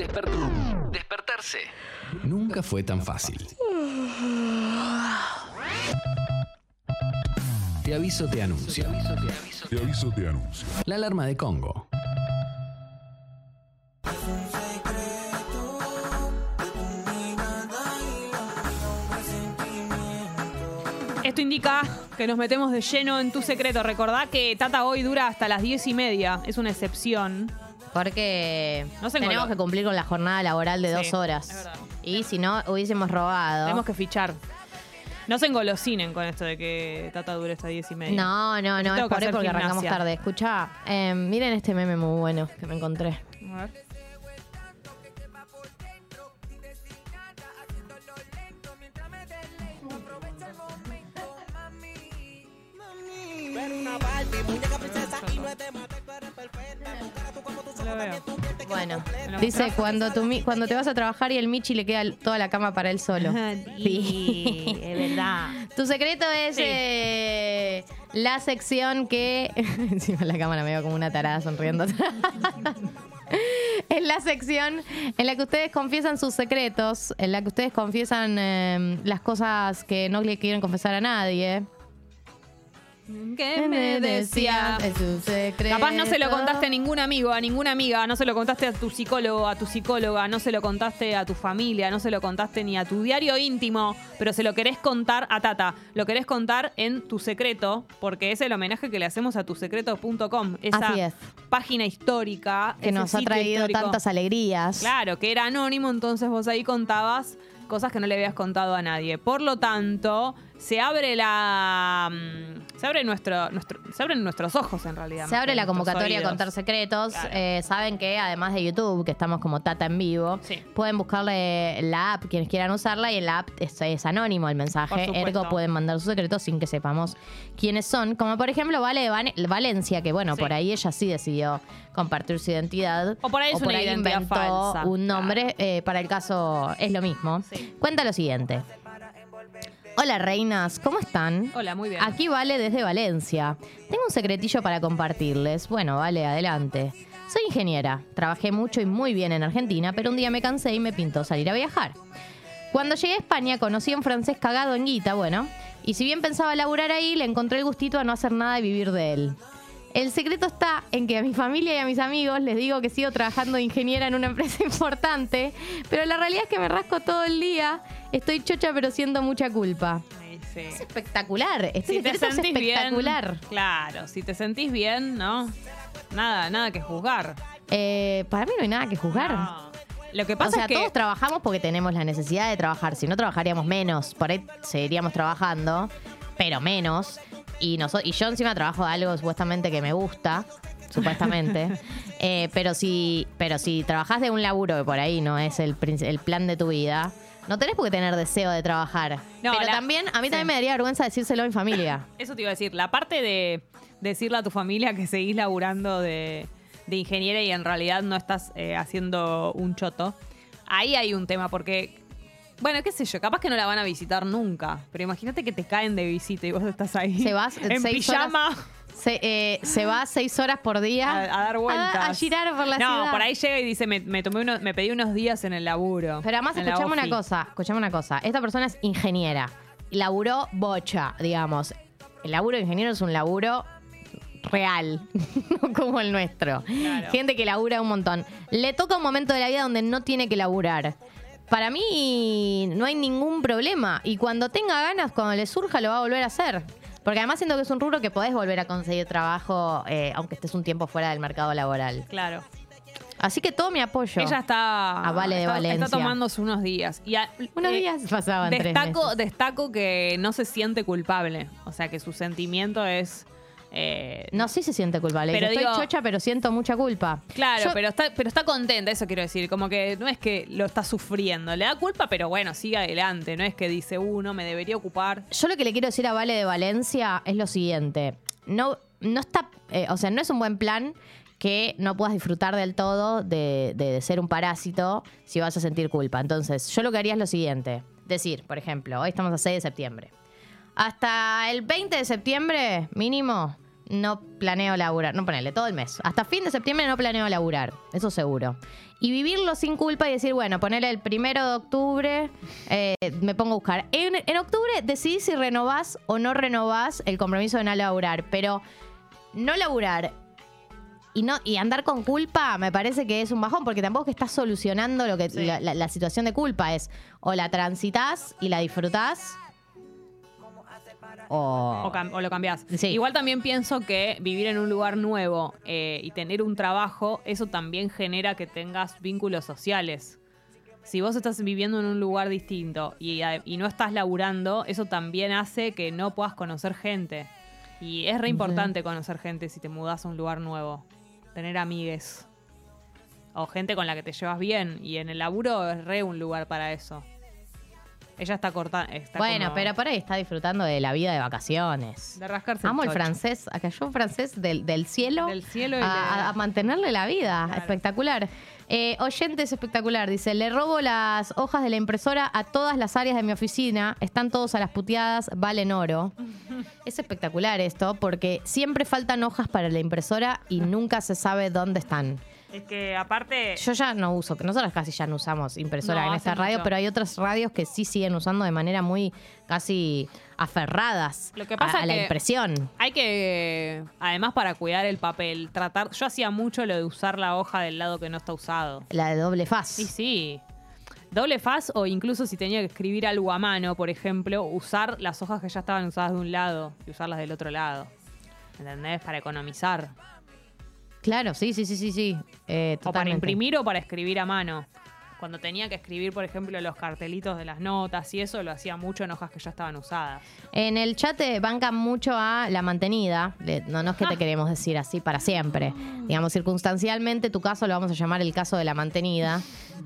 Despertar- Despertarse. Nunca fue tan fácil. Te aviso, te anuncio. Te aviso, te anuncio. La alarma de Congo. Esto indica que nos metemos de lleno en tu secreto. Recordá que Tata hoy dura hasta las diez y media. Es una excepción. Porque No se tenemos engoló. que cumplir con la jornada laboral de Sí, dos horas. es verdad. y si no, hubiésemos robado. Tenemos que fichar. No se engolosinen con esto de que Tata dure hasta diez y media. No, no, Yo no, es tengo que por ahí hacer porque arrancamos gimnasia. tarde. Escucha, miren este meme muy bueno que me encontré. A ver. Lo veo. Bueno, lo dice, cuando, tu mi- cuando te vas a trabajar y el Michi le queda toda la cama para él solo. Sí. es verdad. Tu secreto es Sí. eh, la sección que... Encima la cámara me veo como una tarada sonriendo. es la sección en la que ustedes confiesan sus secretos, en la que ustedes confiesan eh, las cosas que no le quieren confesar a nadie. ¿Qué me decía? Es un secreto. Capaz no se lo contaste a ningún amigo, a ninguna amiga, no se lo contaste a tu psicólogo, a tu psicóloga, no se lo contaste a tu familia, no se lo contaste ni a tu diario íntimo, pero se lo querés contar a Tata, lo querés contar en tu secreto, porque es el homenaje que le hacemos a tusecreto.com, esa Así es. página histórica que ah, ese nos ha sitio traído histórico. tantas alegrías. Claro, que era anónimo, entonces vos ahí contabas cosas que no le habías contado a nadie. Por lo tanto, se abre la. mm, Se abre nuestro. nuestro se abren nuestros ojos en realidad. Se más abre que la nuestros convocatoria a oídos. contar secretos. Claro. Eh, saben que además de YouTube, que estamos como Tata en vivo, Sí. pueden buscarle la app quienes quieran usarla y en la app es, es anónimo el Por mensaje. supuesto. Ergo pueden mandar sus secretos sin que sepamos quiénes son. Como por ejemplo Vale de Van- Valencia, que bueno, Sí. por ahí ella sí decidió compartir su identidad. O por ahí es una identidad inventó falsa. un nombre. eh, para el caso es lo mismo. Sí. Cuenta lo siguiente. Hola reinas, ¿cómo están? Hola, muy bien. Aquí Vale desde Valencia. Tengo un secretillo para compartirles. Bueno, Vale, adelante. Soy ingeniera. Trabajé mucho y muy bien en Argentina, pero un día me cansé y me pintó salir a viajar. Cuando llegué a España conocí a un francés cagado en guita, bueno, y si bien pensaba laburar ahí, le encontré el gustito a no hacer nada y vivir de él. El secreto está en que a mi familia y a mis amigos les digo que sigo trabajando de ingeniera en una empresa importante, pero la realidad es que me rasco todo el día, estoy chocha pero siento mucha culpa. Ahí sí. Es espectacular. Este Si te secreto es sentís espectacular. bien. Claro, si te sentís bien, ¿no? Nada, nada que juzgar. Eh, para mí no hay nada que juzgar. No. Lo que O pasa sea, es que. todos trabajamos porque tenemos la necesidad de trabajar. Si no, trabajaríamos menos. Por ahí seguiríamos trabajando, pero menos. Y, noso- y yo encima trabajo de algo supuestamente que me gusta, supuestamente. Eh, pero si pero si trabajás de un laburo que por ahí no es el, prin- el plan de tu vida, no tenés por qué tener deseo de trabajar. No, pero la- también, a mí sí. también me daría vergüenza decírselo a mi familia. Eso te iba a decir, la parte de decirle a tu familia que seguís laburando de, de ingeniera y en realidad no estás eh, haciendo un choto, ahí hay un tema porque, bueno, qué sé yo, capaz que no la van a visitar nunca, pero imagínate que te caen de visita y vos estás ahí Se vas en seis pijama Se, eh, se va seis horas por día a, a dar vueltas. A, a girar por la no, ciudad. por ahí llega y dice, me, me tomé uno- me pedí unos días en el laburo. Pero además, en la escuchame una ofi". cosa, escuchame una cosa. Esta persona es ingeniera. Laburó bocha, digamos. El laburo de ingeniero es un laburo real, no como el nuestro. Claro. Gente que labura un montón. Le toca un momento de la vida donde no tiene que laburar. Para mí no hay ningún problema. Y cuando tenga ganas, cuando le surja, lo va a volver a hacer. Porque además siento que es un rubro que podés volver a conseguir trabajo, eh, aunque estés un tiempo fuera del mercado laboral. Claro. Así que todo mi apoyo. Ella está, A Ah, Vale de está, Valencia. está tomándose unos días. Y a- Unos eh, días pasaban tres Destaco, meses. destaco que no se siente culpable. O sea, que su sentimiento es. eh, No, sí se siente culpable. Pero Dice, Estoy digo- chocha, pero siento mucha culpa. Claro, Yo- pero está, pero está contenta, eso quiero decir. Como que no es que lo está sufriendo. Le da culpa, pero bueno, sigue adelante. No es que dice, uno me debería ocupar. Yo lo que le quiero decir a Vale de Valencia es lo siguiente. No, no está, eh, o sea, no es un buen plan que no puedas disfrutar del todo de, de- de ser un parásito si vas a sentir culpa. Entonces, yo lo que haría es lo siguiente. Decir, por ejemplo, hoy estamos a 6 de septiembre. Hasta el 20 de septiembre, mínimo, no planeo laburar. No ponele, todo el mes. Hasta fin de septiembre no planeo laburar, eso seguro. Y vivirlo sin culpa y decir, bueno, ponele el primero de octubre, eh, me pongo a buscar. En, en octubre decidís si renovás o no renovás el compromiso de no laburar, pero no laburar y no y andar con culpa me parece que es un bajón porque tampoco es que estás solucionando lo que la, la- la situación de culpa es o la transitas y la disfrutás o, O, cam- o lo cambiás. Sí. Igual también pienso que vivir en un lugar nuevo eh, y tener un trabajo, eso también genera que tengas vínculos sociales. Si vos estás viviendo en un lugar distinto y, a- y no estás laburando, eso también hace que no puedas conocer gente. Y es re importante conocer gente si te mudás a un lugar nuevo. Tener amigues. O gente con la que te llevas bien. Y en el laburo es re un lugar para eso. Ella está cortada. bueno pero por ahí está disfrutando de la vida de vacaciones De rascarse amo el chocho. francés acá yo un francés del, del cielo Del cielo y de- a, a mantenerle la vida Claro. espectacular Eh, oyentes espectacular dice le robo las hojas de la impresora a todas las áreas de mi oficina están todos a las puteadas valen oro Es espectacular esto porque siempre faltan hojas para la impresora y nunca se sabe dónde están. Es que aparte. Yo ya no uso, nosotros casi ya no usamos impresora No, en hace esta radio, mucho. pero hay otras radios que sí siguen usando de manera muy casi aferradas Lo que pasa a, a la que- impresión. Hay que, además para cuidar el papel, tratar, yo hacía mucho lo de usar la hoja del lado que no está usado. La de doble faz. Sí, sí. Doble faz o incluso si tenía que escribir algo a mano, por ejemplo, usar las hojas que ya estaban usadas de un lado y usarlas del otro lado. ¿Entendés? Para economizar. Claro, sí, sí, sí, sí, sí. Eh, O para totalmente. imprimir o para escribir a mano. Cuando tenía que escribir, por ejemplo, los cartelitos de las notas y eso, lo hacía mucho en hojas que ya estaban usadas. En el chat eh, bancan mucho a la mantenida. Le- No, no es que Ah. te queremos decir así para siempre. Digamos, circunstancialmente tu caso lo vamos a llamar el caso de la mantenida.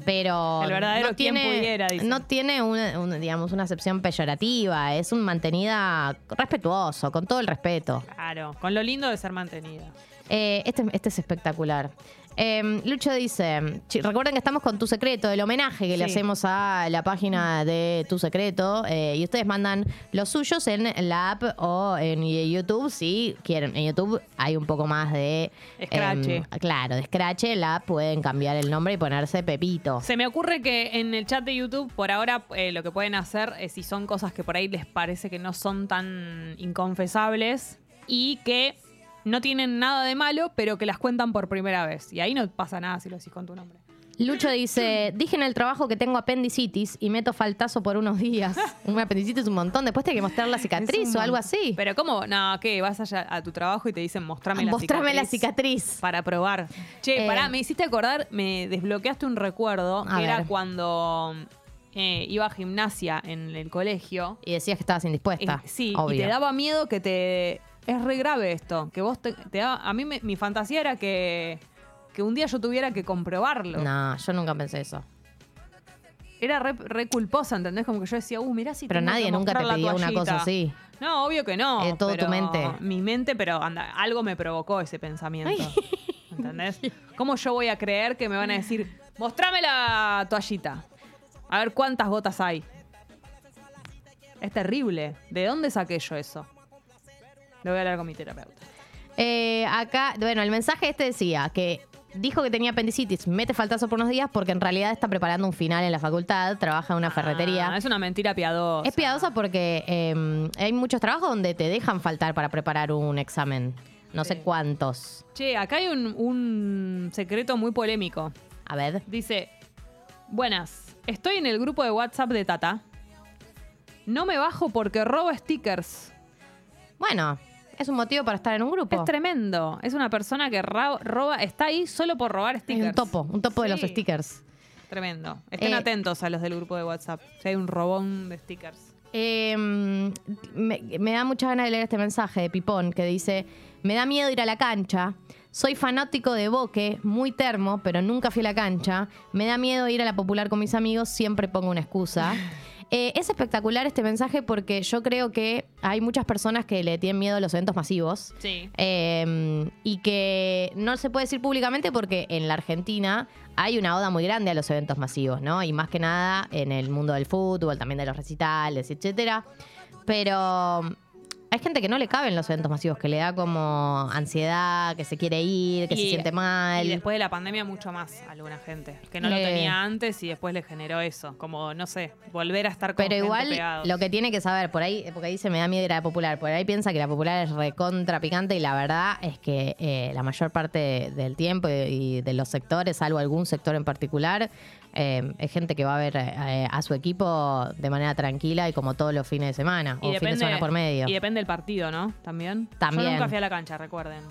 Pero El verdadero quien pudiera, dicen. no tiene una, una, digamos, una acepción peyorativa. Es un mantenida respetuoso, con todo el respeto. Claro, con lo lindo de ser mantenida. Eh, este, este es espectacular. Eh, Lucho dice, "Chi- recuerden que estamos con Tu Secreto, el homenaje que le Sí. hacemos a la página de Tu Secreto eh, y ustedes mandan los suyos en la app o en YouTube si quieren. En YouTube hay un poco más de... Escrache. em, claro, de scratch, la app pueden cambiar el nombre y ponerse Pepito. Se me ocurre que en el chat de YouTube, por ahora, eh, lo que pueden hacer es si son cosas que por ahí les parece que no son tan inconfesables y que no tienen nada de malo, pero que las cuentan por primera vez. Y ahí no pasa nada si lo decís con tu nombre. Lucho dice, dije en el trabajo que tengo apendicitis y meto faltazo por unos días. un apendicitis es un montón, después te hay que mostrar la cicatriz o algo así. Pero ¿cómo? No, ¿qué? Vas allá a tu trabajo y te dicen mostrame la Mostrame cicatriz. la cicatriz. Para probar. Che, Eh. pará, me hiciste acordar, me desbloqueaste un recuerdo A que era ver. cuando eh, iba a gimnasia en el colegio. Y decías que estabas indispuesta. Eh, sí, obvio. y te daba miedo que te. Es re grave esto. Que vos te, te daba- A mí me- mi fantasía era que. Que un día yo tuviera que comprobarlo. No, yo nunca pensé eso. Era re, re culposa, ¿entendés? Como que yo decía, uh, mirá si Pero tengo que nadie nunca te mostrar la pidió una toallita". cosa así. No, obvio que no. Eh, todo tu pero- mente. Mi mente, pero anda, algo me provocó ese pensamiento. ¿Entendés? ¿Cómo yo voy a creer que me van a decir, mostrame la toallita? A ver cuántas gotas hay. Es terrible. ¿De dónde saqué yo eso? Lo voy a hablar con mi terapeuta. Eh, acá, bueno, el mensaje este decía que dijo que tenía apendicitis, mete faltazo por unos días porque en realidad está preparando un final en la facultad, trabaja en una ferretería. Ah, es una mentira piadosa. es piadosa porque eh, hay muchos trabajos donde te dejan faltar para preparar un examen. No sé Sí. cuántos. Che, acá hay un, un secreto muy polémico. A ver. Dice, buenas, estoy en el grupo de WhatsApp de Tata. No me bajo porque robo stickers. Bueno, es un motivo para estar en un grupo. Es tremendo. Es una persona que ra- roba, está ahí solo por robar Es stickers. un topo, un topo de los Sí, stickers. Tremendo. Estén Eh, atentos a los del grupo de WhatsApp. Si hay un robón de stickers. Eh, me, me da mucha ganas de leer este mensaje de Pipón que dice: Me da miedo ir a la cancha. Soy fanático de Boque, muy termo, pero nunca fui a la cancha. Me da miedo ir a la popular con mis amigos, siempre pongo una excusa. Eh, es espectacular este mensaje porque yo creo que hay muchas personas que le tienen miedo a los eventos masivos. Sí. Eh, y que no se puede decir públicamente porque en la Argentina hay una oda muy grande a los eventos masivos, ¿no? Y más que nada en el mundo del fútbol, también de los recitales, etcétera. Pero um, Hay gente que no le caben los eventos masivos, que le da como ansiedad, que se quiere ir, que se Eh, Y- siente mal. Y después de la pandemia mucho más a alguna gente, que no lo Eh. tenía antes y después le generó eso, como, no sé, volver a estar con Pero gente igual, pegados. lo que tiene que saber, por ahí, porque dice me da miedo ir a la popular, por ahí piensa que la popular es recontra picante y la verdad es que eh, la mayor parte de- del tiempo y, y de los sectores, salvo algún sector en particular, eh, es gente que va a ver eh, a su equipo de manera tranquila y como todos los fines de semana o fines de semana por medio. Y depende del partido, ¿no? También. Yo También. nunca fui a la cancha, recuerden.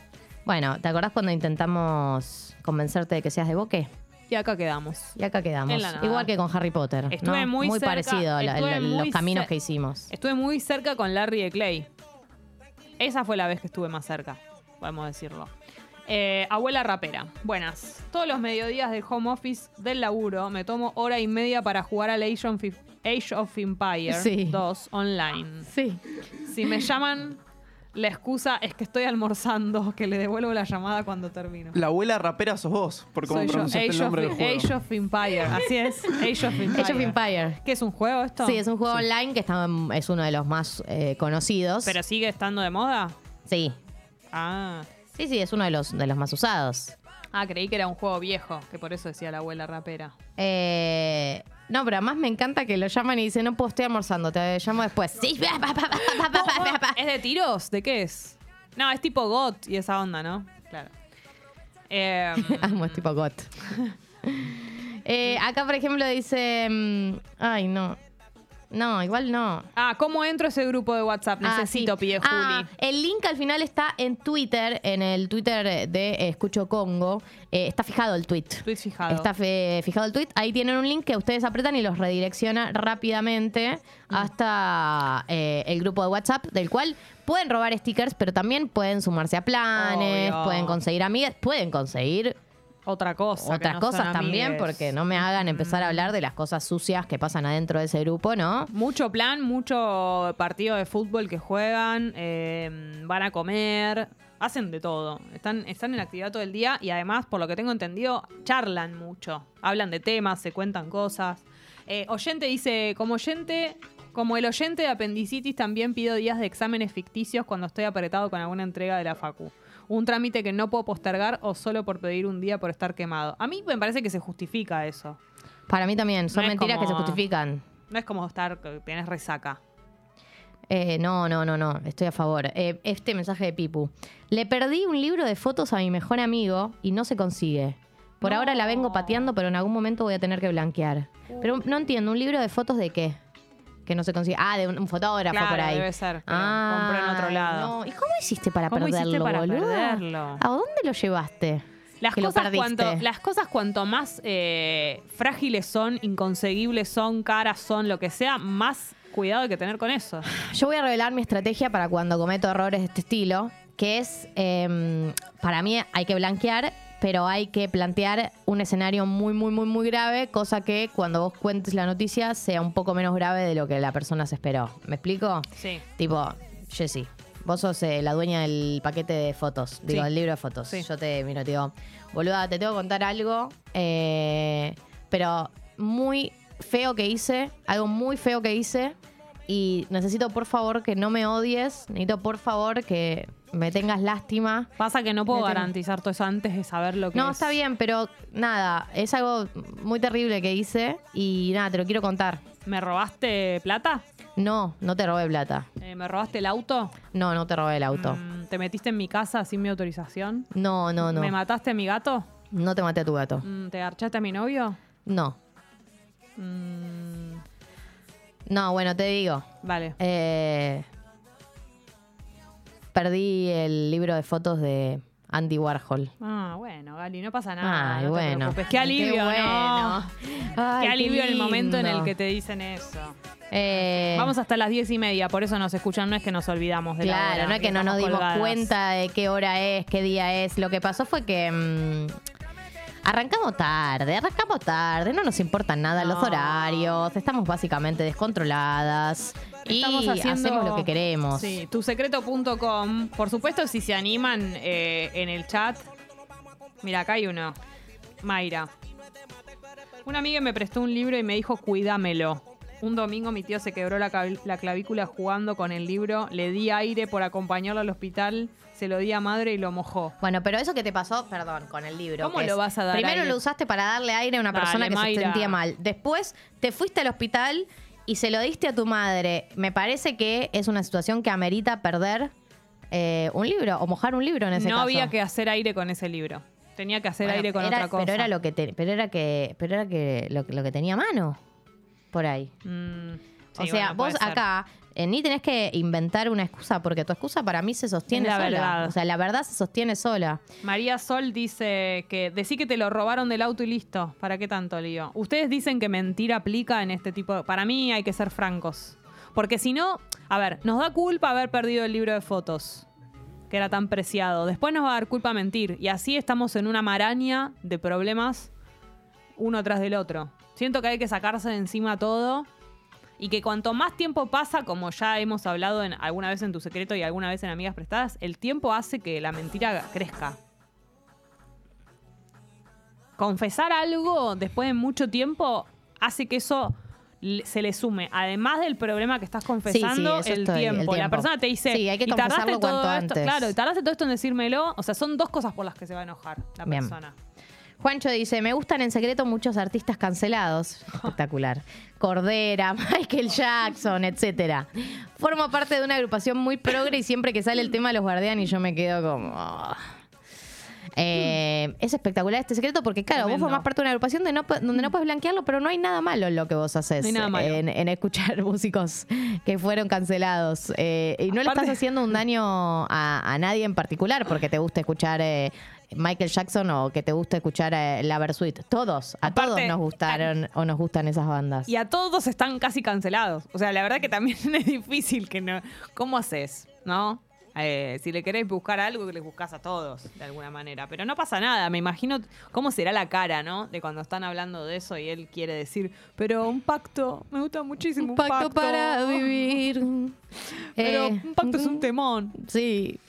Bueno, ¿te acordás cuando intentamos convencerte de que seas de Boque? Y acá quedamos. Y acá quedamos. En la nada. Igual que con Harry Potter. Estuve ¿no? muy cerca- parecido a la- estuve la- muy los caminos cer- que hicimos. Estuve muy cerca con Larry de Clay. Esa fue la vez que estuve más cerca, podemos decirlo. Eh, abuela rapera. Buenas. Todos los mediodías del home office del laburo me tomo hora y media para jugar al Age of, Age of Empire Sí. 2 online. Sí. Si me llaman, la excusa es que estoy almorzando, que le devuelvo la llamada cuando termino. La abuela rapera sos vos, por cómo Soy yo, pronunciaste el Age of, nombre del juego. Age of Empire. Así es, Age of Empire. Age of Empire. ¿Qué es un juego esto? Sí, es un juego online que está, es uno de los más eh, conocidos. ¿Pero sigue estando de moda? sí. Ah. Sí, sí, es uno de los, de los más usados. Ah, creí que era un juego viejo, que por eso decía la abuela rapera. Eh, no, pero además me encanta que lo llaman y dicen, no puedo, estoy almorzando, te llamo después. Sí, pa, pa, pa, pa, pa, pa, pa, pa, pa. ¿Es de tiros? ¿De qué es? No, es tipo GOT y esa onda, ¿no? Claro. Eh, Amo, es tipo got. Eh, acá, por ejemplo, dice, mm, ay, no. No, igual no. ah, ¿cómo entro a ese grupo de WhatsApp? Ah, Necesito, sí. pide Ah, Juli. el link al final está en Twitter, en el Twitter de eh, Escucho Congo. Eh, está fijado el tweet. Tweet fijado. Está fe- fijado el tweet. Ahí tienen un link que ustedes apretan y los redirecciona rápidamente hasta eh, el grupo de WhatsApp, del cual pueden robar stickers, pero también pueden sumarse a planes, Obvio. pueden conseguir amigas, pueden conseguir Otra cosa. que otras no cosas son también, amigues. Mm. porque no me hagan empezar a hablar de las cosas sucias que pasan adentro de ese grupo, ¿no? Mucho plan, mucho partido de fútbol que juegan, eh, van a comer, hacen de todo. Están, están en actividad todo el día y además, por lo que tengo entendido, charlan mucho. Hablan de temas, se cuentan cosas. Eh, oyente dice, como oyente, como el oyente de apendicitis, también pido días de exámenes ficticios cuando estoy apretado con alguna entrega de la facu. Un trámite que no puedo postergar o solo por pedir un día por estar quemado. A mí me parece que se justifica eso. Para mí también, son No es mentiras que se como- justifican. No es como estar, que tenés resaca. Eh, no, no, no, no, estoy a favor. Eh, este mensaje de Pipu. Le perdí un libro de fotos a mi mejor amigo y no se consigue. Por ahora la vengo pateando, pero en algún momento voy a tener que blanquear. Pero no entiendo, ¿un libro de fotos de qué? Que no se consigue. Ah, de un, un fotógrafo Claro, por ahí. Ah, debe ser, pero compró en otro lado. no. ¿Y cómo hiciste para ¿Cómo hiciste perderlo, para boluda? perderlo? ¿A dónde lo llevaste? Las que lo cosas, perdiste. cuanto, las cosas cuanto más eh, frágiles son, inconseguibles son, caras son, lo que sea, más cuidado hay que tener con eso. Yo voy a revelar mi estrategia para cuando cometo errores de este estilo, que es, eh, para mí hay que blanquear, pero hay que plantear un escenario muy, muy, muy, muy grave, cosa que cuando vos cuentes la noticia sea un poco menos grave de lo que la persona se esperó. ¿Me explico? Sí. Tipo, Jessy, vos sos eh, la dueña del paquete de fotos, digo, Sí. del libro de fotos. Sí. Yo te miro, y te digo, boluda, te tengo que contar algo, eh, pero muy feo que hice, algo muy feo que hice, y necesito por favor que no me odies, necesito por favor que me tengas lástima. Pasa que no puedo No tengo- garantizar todo eso antes de saber lo que No, es. está bien, pero nada, es algo muy terrible que hice y nada, te lo quiero contar. ¿Me robaste plata? No, no te robé plata. Eh, ¿Me robaste el auto? No, no te robé el auto. Mm, ¿Te metiste en mi casa sin mi autorización? No, no, no. ¿Me mataste a mi gato? No te maté a tu gato. Mm, ¿Te garchaste a mi novio? No. Mm, No, bueno, te digo. vale. Eh, perdí el libro de fotos de Andy Warhol. Ah, bueno, Gali, no pasa nada. Ay, Ah, no te bueno. preocupes. Qué alivio, Qué bueno. ¿no? Ay, Qué alivio el momento en el lindo. que te dicen eso. Eh, Vamos hasta las diez y media, por eso nos escuchan, no es que nos olvidamos de la Claro, hora, no es que no nos estamos dimos colgadas. cuenta de qué hora es, qué día es. Lo que pasó fue que mm, arrancamos tarde, arrancamos tarde, no nos importan nada los No. horarios, estamos básicamente descontroladas Estamos y haciendo- hacemos lo que queremos. Sí, tusecreto.com. Por supuesto, si se animan eh, en el chat. Mira, acá hay uno. Mayra. Una amiga me prestó un libro y me dijo, cuídamelo. Un domingo mi tío se quebró la, cavi- la clavícula jugando con el libro. Le di aire por acompañarlo al hospital. Se lo di a madre y lo mojó. Bueno, pero eso que te pasó, perdón, con el libro. ¿Cómo que lo vas a dar Primero aire? lo usaste para darle aire a una Dale, persona que Mayra. se sentía mal. Después te fuiste al hospital y se lo diste a tu madre. Me parece que es una situación que amerita perder eh, un libro o mojar un libro en ese no caso. había que hacer aire con ese libro. Tenía que hacer Bueno, aire con era- otra cosa. Pero era lo que te- pero era que pero era que lo, lo que tenía a mano por ahí. Mm, o sí, sea, bueno, vos puede ser. acá eh, ni tenés que inventar una excusa porque tu excusa para mí se sostiene Es la sola. verdad. O sea, la verdad se sostiene sola. María Sol dice que decí que te lo robaron del auto y listo. ¿Para qué tanto lío? Ustedes dicen que mentir aplica en este tipo. de- Para mí hay que ser francos. Porque si no, a ver, nos da culpa haber perdido el libro de fotos, que era tan preciado. Después nos va a dar culpa mentir. Y así estamos en una maraña de problemas uno tras del otro. Siento que hay que sacarse de encima todo. Y que cuanto más tiempo pasa, como ya hemos hablado en, alguna vez en Tu Secreto y alguna vez en Amigas Prestadas, el tiempo hace que la mentira crezca. Confesar algo después de mucho tiempo hace que eso le- se le sume. Además del problema que estás confesando, eso el, estoy- el tiempo. La tiempo. persona te dice, Sí, hay que "Y tardaste confesarlo todo esto". cuanto antes. Claro, y tardaste todo esto en decírmelo. O sea, son dos cosas por las que se va a enojar la Bien. persona. Juancho dice, me gustan en secreto muchos artistas cancelados. Espectacular. Cordera, Michael Jackson, etcétera. Formo parte de una agrupación muy progre y siempre que sale el tema de los guardianes yo me quedo como... "Ah". Eh, es espectacular este secreto porque, claro, Tremendo. Mm. vos formás parte de una agrupación de no po- donde no puedes blanquearlo, pero no hay nada malo en lo que vos haces. No eh, hay nada malo. En, en escuchar músicos que fueron cancelados. Eh, y no le Aparte- estás haciendo un daño a, a nadie en particular porque te gusta escuchar eh, Michael Jackson o que te gusta escuchar eh, la Versuit. Todos, a Aparte, todos nos gustaron o nos gustan esas bandas. Y a todos están casi cancelados. O sea, la verdad que también es difícil que no. ¿Cómo haces? ¿No? Eh, si le queréis buscar algo, que les buscas a todos, de alguna manera. Pero no pasa nada. Me imagino cómo será la cara, ¿no? De cuando están hablando de eso y él quiere decir, pero un pacto, me gusta muchísimo. Un pacto, vivir. Pero Eh, un pacto es un temón. Sí.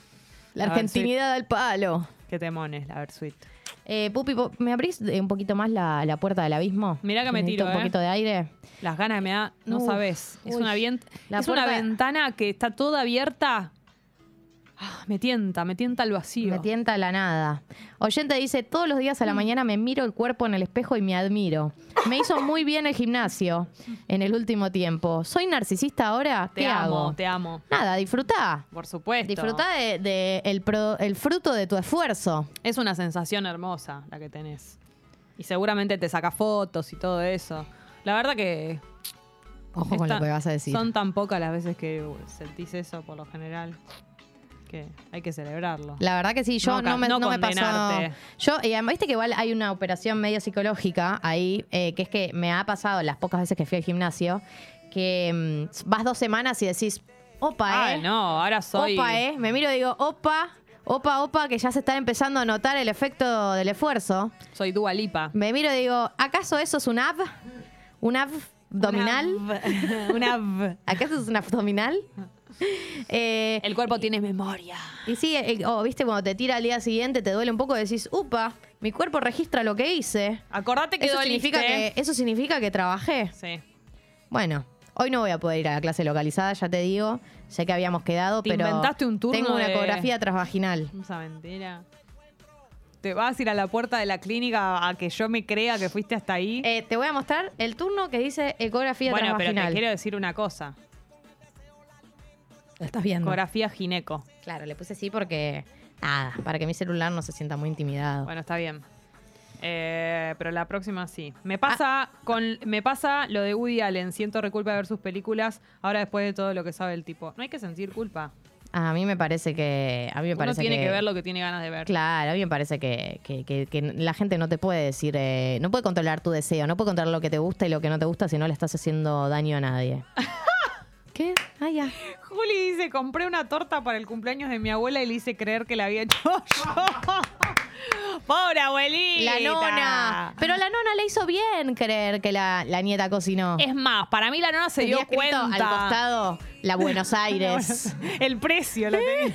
La A ver, argentinidad al palo. Qué temones, la Versuit. Eh, Pupi, po- ¿me abrís eh, un poquito más la, la puerta del abismo? Mirá que me Necesito tiro, un ¿eh? poquito de aire. Las ganas que me da, no Uf, sabes. Es, uy. una, vient- La es una puerta- ventana que está toda abierta. Ah, me tienta, me tienta el vacío. Me tienta la nada. Oyente dice, todos los días Mm. a la mañana me miro el cuerpo en el espejo y me admiro. Me hizo muy bien el gimnasio en el último tiempo. ¿Soy narcisista ahora? Te ¿Qué amo, hago? te amo. Nada, disfrutá. Por supuesto. Disfrutá de, de el, pro- el fruto de tu esfuerzo. Es una sensación hermosa la que tenés. Y seguramente te saca fotos y todo eso. La verdad que. Ojo con esta- lo que vas a decir. Son tan pocas las veces que uh, sentís eso por lo general que hay que celebrarlo. La verdad que sí, yo No no, ca- me, no no me pasó. condenarte. Yo, y además, viste que igual hay una operación medio psicológica ahí, eh, que es que me ha pasado las pocas veces que fui al gimnasio, que mm, vas dos semanas y decís, opa, Ay, eh. Ah, no, ahora soy. Opa, eh. Me miro y digo, opa, opa, opa, que ya se está empezando a notar el efecto del esfuerzo. Soy Dua Lipa. Me miro y digo, ¿acaso eso es un ab? ¿Un abdominal? Una. una- ¿Acaso es un abdominal? Eh, El cuerpo tiene memoria. y sí, el- o viste, cuando te tira al día siguiente te duele un poco, decís, upa, mi cuerpo registra lo que hice. Acordate que Eso doliste. eh. significa que, eso significa que trabajé. Sí. Bueno, hoy no voy a poder ir a la clase localizada, ya te digo. Sé que habíamos quedado, Te pero inventaste un turno tengo una de- ecografía transvaginal. Esa mentira. Te vas a ir a la puerta de la clínica a que yo me crea que fuiste hasta ahí. Eh, te voy a mostrar el turno que dice ecografía bueno, pero te transvaginal. quiero decir una cosa. Lo estás viendo. Ecografía gineco. Claro, le puse sí porque nada, para que mi celular no se sienta muy intimidado. Bueno, está bien. Eh, pero la próxima sí. Ah. Me pasa con me pasa lo de Woody Allen. Siento reculpa de ver sus películas. Ahora después de todo lo que sabe el tipo. No hay que sentir culpa. A mí me parece que a mí me Uno parece tiene que... ver lo que tiene ganas de ver. Claro, a mí me parece que, que- que- que la gente no te puede decir, eh, no puede controlar tu deseo, no puede controlar lo que te gusta y lo que no te gusta si no le estás haciendo daño a nadie. ¿Qué? Ah, ya. Juli dice, compré una torta para el cumpleaños de mi abuela y le hice creer que la había hecho yo. Pobre abuelita. La nona. Pero la nona le hizo bien creer que la, la nieta cocinó. Es más, para mí la nona se Tenía dio escrito cuenta. al costado La Buenos Aires. El precio. lo tenés.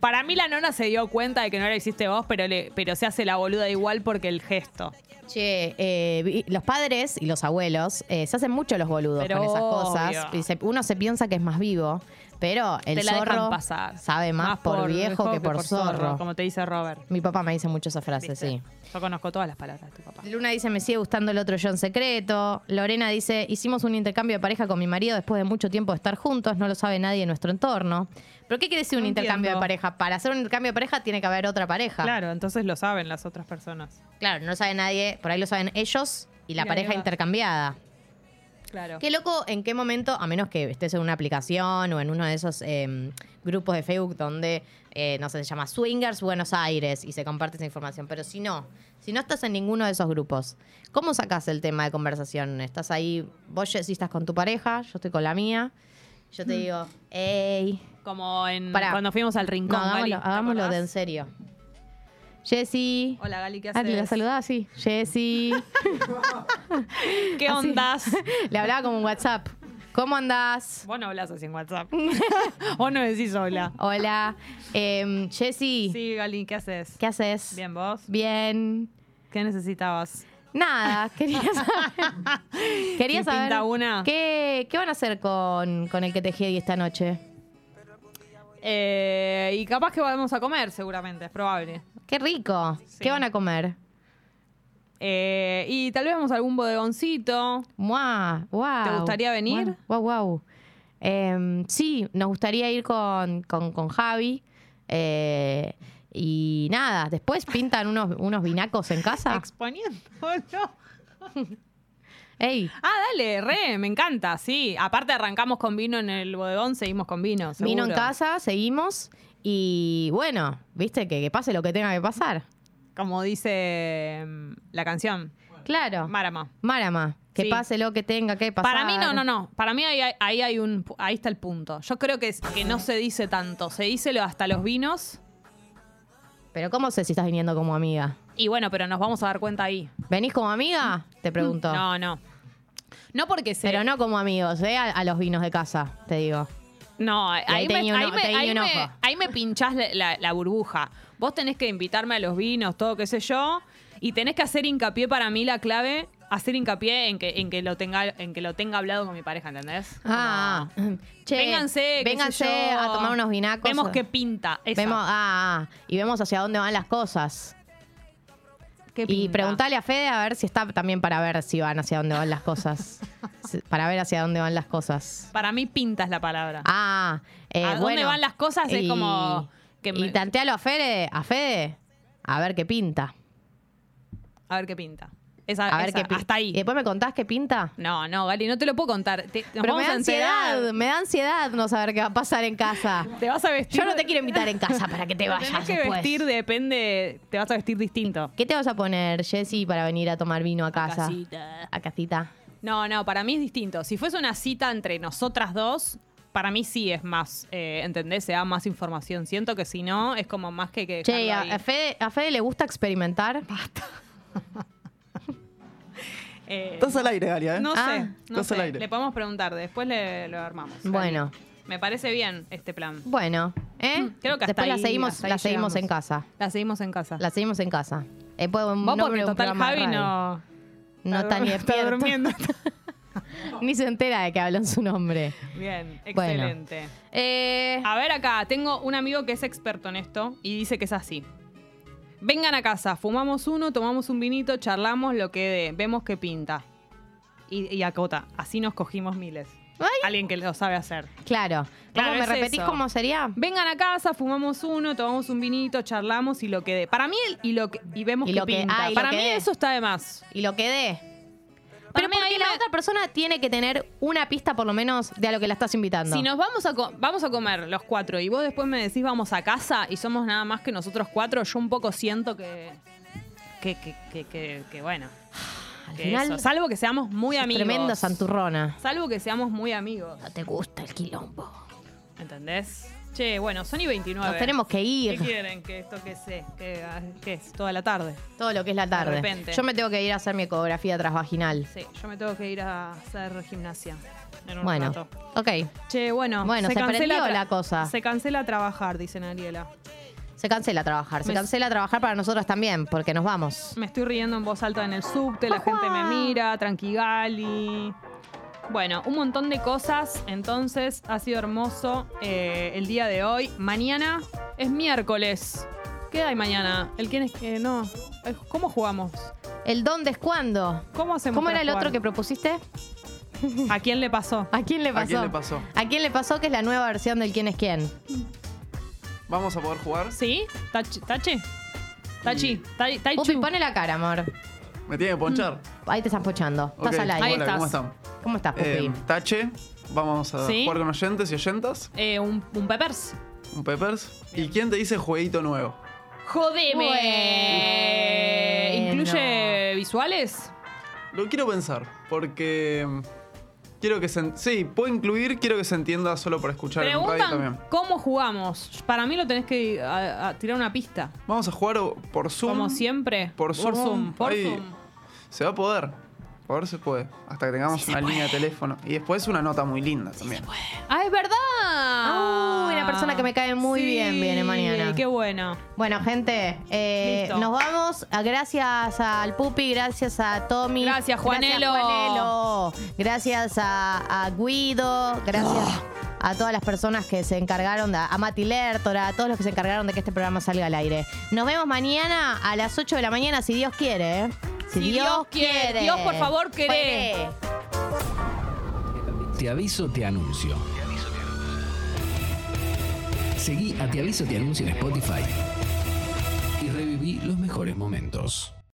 Para mí la nona se dio cuenta de que no la hiciste vos, pero, le, pero se hace la boluda igual porque el gesto. Che, eh, vi- los padres y los abuelos eh, se hacen mucho los boludos Pero con esas obvio. cosas. Y se- uno se piensa que es más vivo, pero el te la zorro dejan pasar. sabe más, por, viejo que, por, zorro. Como te dice Robert. Mi papá me dice mucho esa frase, ¿Viste? sí. Yo conozco todas las palabras de tu papá. Luna dice, me sigue gustando el otro yo en secreto. Lorena dice, hicimos un intercambio de pareja con mi marido después de mucho tiempo de estar juntos, no lo sabe nadie en nuestro entorno. ¿Pero qué quiere decir un No intercambio de entiendo. pareja? Para hacer un intercambio de pareja tiene que haber otra pareja. Claro, entonces lo saben las otras personas. Claro, no lo sabe nadie, por ahí lo saben ellos y la Y ahí pareja va. intercambiada. Claro. Qué loco, en qué momento, a menos que estés en una aplicación o en uno de esos eh, grupos de Facebook donde, eh, no sé, se llama Swingers Buenos Aires y se comparte esa información. Pero si no, si no estás en ninguno de esos grupos, ¿cómo sacás el tema de conversación? Estás ahí, vos si estás con tu pareja, yo estoy con la mía, yo Mm. te digo, hey, Como en Pará. cuando fuimos al no, rincón. Gali, hagámoslo, ¿te hagámoslo de en acordás? serio. Jessy. Hola, Gali, ¿qué Ah, haces? la saludaba así. Jessy. ¿Qué Así. ondas? Le hablaba como un WhatsApp. ¿Cómo andás? Vos no hablas así en WhatsApp. Vos no decís hola. Hola. Eh, Jessy, Sí, Gali, ¿qué haces? ¿qué haces? Bien, vos. Bien. ¿Qué necesitabas? Nada, quería saber. quería ¿Quién saber. pinta una? ¿qué, qué van a hacer con, con el que te Jedi esta noche? Eh, y capaz que vamos a comer, seguramente, es probable. ¡Qué rico! Sí. ¿Qué van a comer? Eh, y tal vez vamos a algún bodegoncito. ¡Mua! ¡Wow! ¿Te gustaría venir? ¡Wow, wow! Em, sí, nos gustaría ir con, con, con Javi. Eh, y nada, después pintan unos, unos binacos en casa. Exponiendo, ¿no? ¡Ey! Ah, dale, re, me encanta, sí. Aparte arrancamos con vino en el bodegón, seguimos con vino. seguro. Vino en casa, seguimos. Y bueno, viste, que, que pase lo que tenga que pasar. Como dice mm, la canción, Claro. Marama. Márama, que Sí. pase lo que tenga que pasar. Para mí no, no, no. Para mí ahí, hay- ahí hay un pu- ahí está el punto. Yo creo que, es- que no se dice tanto, se dice lo- hasta los vinos. Pero ¿cómo sé si estás viniendo como amiga? Y bueno, pero nos vamos a dar cuenta ahí. ¿Venís como amiga? Te pregunto. No, no. No porque se. Pero no como amigos, ¿eh? A, a los vinos de casa, te digo. No, ahí me, tenía un ahí ojo, me- tenía ahí un me- ojo. ahí me pinchás la, la- la burbuja. Vos tenés que invitarme a los vinos, todo qué sé yo, y tenés que hacer hincapié para mí la clave, hacer hincapié en que, en que lo tenga, en que lo tenga hablado con mi pareja, ¿entendés? Ah, Como, che, vénganse, qué vénganse sé yo. a tomar unos vinacos. Vemos qué pinta. esa. Vemos, ah, ah, y vemos hacia dónde van las cosas. ¿Qué Y pinta? preguntale a Fede a ver si está también para ver si van hacia dónde van las cosas. Si- para ver hacia dónde van las cosas. Para mí pinta es la palabra. Ah, eh, ¿A dónde bueno. van las cosas? Es como que me- y tantealo a Fede, a Fede, a ver qué pinta. A ver qué pinta. Esa- A ver Ah, esa, qué pi- Hasta ¿Y ahí. después me contás qué pinta? No, no, Gali, no te lo puedo contar. Te- nos Pero vamos me da a enterar. ansiedad, me da ansiedad no saber qué va a pasar en casa. Te vas a vestir. Yo no te quiero invitar en casa para que te Te vayas tenés que después. vestir, depende. Te vas a vestir distinto. ¿Qué te vas a poner, Jessy, para venir a tomar vino a casa? Casita. A casita. No, no, para mí es distinto. Si fuese una cita entre nosotras dos, para mí sí es más, eh, ¿entendés? Se da más información. Siento que si no, es como más que... que Che, dejarlo a, ahí. a Fede, a Fede le gusta experimentar. Eh, Estás al aire, Galia, ¿eh? no Ah, sé, no estás al sé. aire. Le podemos preguntar, después le, lo armamos. Bueno. Me parece bien este plan. Bueno, ¿eh? Mm, Creo que hasta Después la ahí- seguimos, hasta ahí la seguimos llegamos. en casa. La seguimos en casa. La seguimos en casa. Eh, puedo- Vos no porque creo un total programa de Javi radio. no... No está ni está despierto. durmiendo. Ni se entera de que hablan su nombre. bien, Bueno. excelente. Eh, A ver acá, tengo un amigo que es experto en esto y dice que es así. Vengan a casa, fumamos uno, tomamos un vinito, charlamos lo que dé, vemos qué pinta. Y, y acota, así nos cogimos miles. Ay. Alguien que lo sabe hacer. claro. Claro, ¿Cómo me es repetís eso. cómo sería? Vengan a casa, fumamos uno, tomamos un vinito, charlamos y lo que dé. Para mí, el- y, lo que, y vemos Y qué lo que- pinta. ah, y lo Para que mí dé. eso está de más. Y lo quedé. Para Pero mí ahí porque la me- otra persona tiene que tener una pista por lo menos de a lo que la estás invitando. Si nos vamos a, co- vamos a comer los cuatro y vos después me decís vamos a casa y somos nada más que nosotros cuatro, yo un poco siento que. que, que, que, que- que bueno. Al que final, eso. Salvo que seamos muy amigos. tremenda santurrona. Salvo que seamos muy amigos. No te gusta el quilombo. ¿Entendés? Che, bueno, son y 29. Nos tenemos que ¿Qué ir quieren? Que esto que sé, que, que es toda la tarde. todo lo que es la tarde. repente. Yo me tengo que ir a hacer mi ecografía transvaginal. Sí, yo me tengo que ir a hacer gimnasia. en un Bueno, rato. ok. Che, bueno, Bueno, se prendió tra- la cosa. Se cancela trabajar, dicen Ariela. Se cancela trabajar. Se Me- cancela trabajar para nosotros también, porque nos vamos. Me estoy riendo en voz alta en el subte, la gente me mira, tranquigali. Bueno, un montón de cosas. Entonces, ha sido hermoso eh, el día de hoy. Mañana es miércoles. ¿Qué hay mañana? ¿El quién es que no? Eh, ¿Cómo jugamos? El dónde es cuándo. ¿Cómo hacemos? ¿Cómo para era el jugar? otro que propusiste? ¿A quién le pasó? ¿A quién le pasó? ¿A quién le pasó? ¿A quién le pasó que es la nueva versión del quién es quién? Vamos a poder jugar. ¿Sí? ¿Tachi? ¿Tachi? ¿Tachi? Tai- Taichu. Upi, pone la cara, amor. Me tiene que ponchar. Ahí te estás pochando. Ok, Estás al aire. Ahí hola, ¿Cómo Mm. estás. están? ¿Cómo estás, Pupi? Eh, tache, vamos a ¿Sí? jugar con oyentes y oyentas. Eh, un, un peppers. Un Peppers. ¿Y quién te dice jueguito nuevo? ¡Jodeme! Bueno. ¿Incluye visuales? Lo quiero pensar, porque. mm, Quiero que se. en- Sí, puedo incluir, quiero que se entienda solo por escuchar en radio Preguntan también. cómo jugamos. Para mí lo tenés que a- a tirar una pista. Vamos a jugar o- por Zoom. Como siempre. Por Zoom. Por Ahí. Zoom. Se va a poder. Ahora se puede. Hasta que tengamos una línea de teléfono. Y después una nota muy linda también. ¡Ah, es verdad! Ah, una persona que me cae muy bien viene mañana. Qué bueno. Bueno, gente, eh, Listo. nos vamos. Ah, Gracias al Pupi, gracias a Tommy. Gracias, Juanelo. Gracias, Juanelo. Gracias a, a Guido. Gracias a todas las personas que se encargaron, de, a Mati Lertora, a todos los que se encargaron de que este programa salga al aire. Nos vemos mañana a las 8 de la mañana, si Dios quiere. ¿eh? Si Dios quiere. Dios, por favor, queré. Queré. Te aviso, te anuncio. Seguí a Te aviso, te anuncio en Spotify. Y reviví los mejores momentos.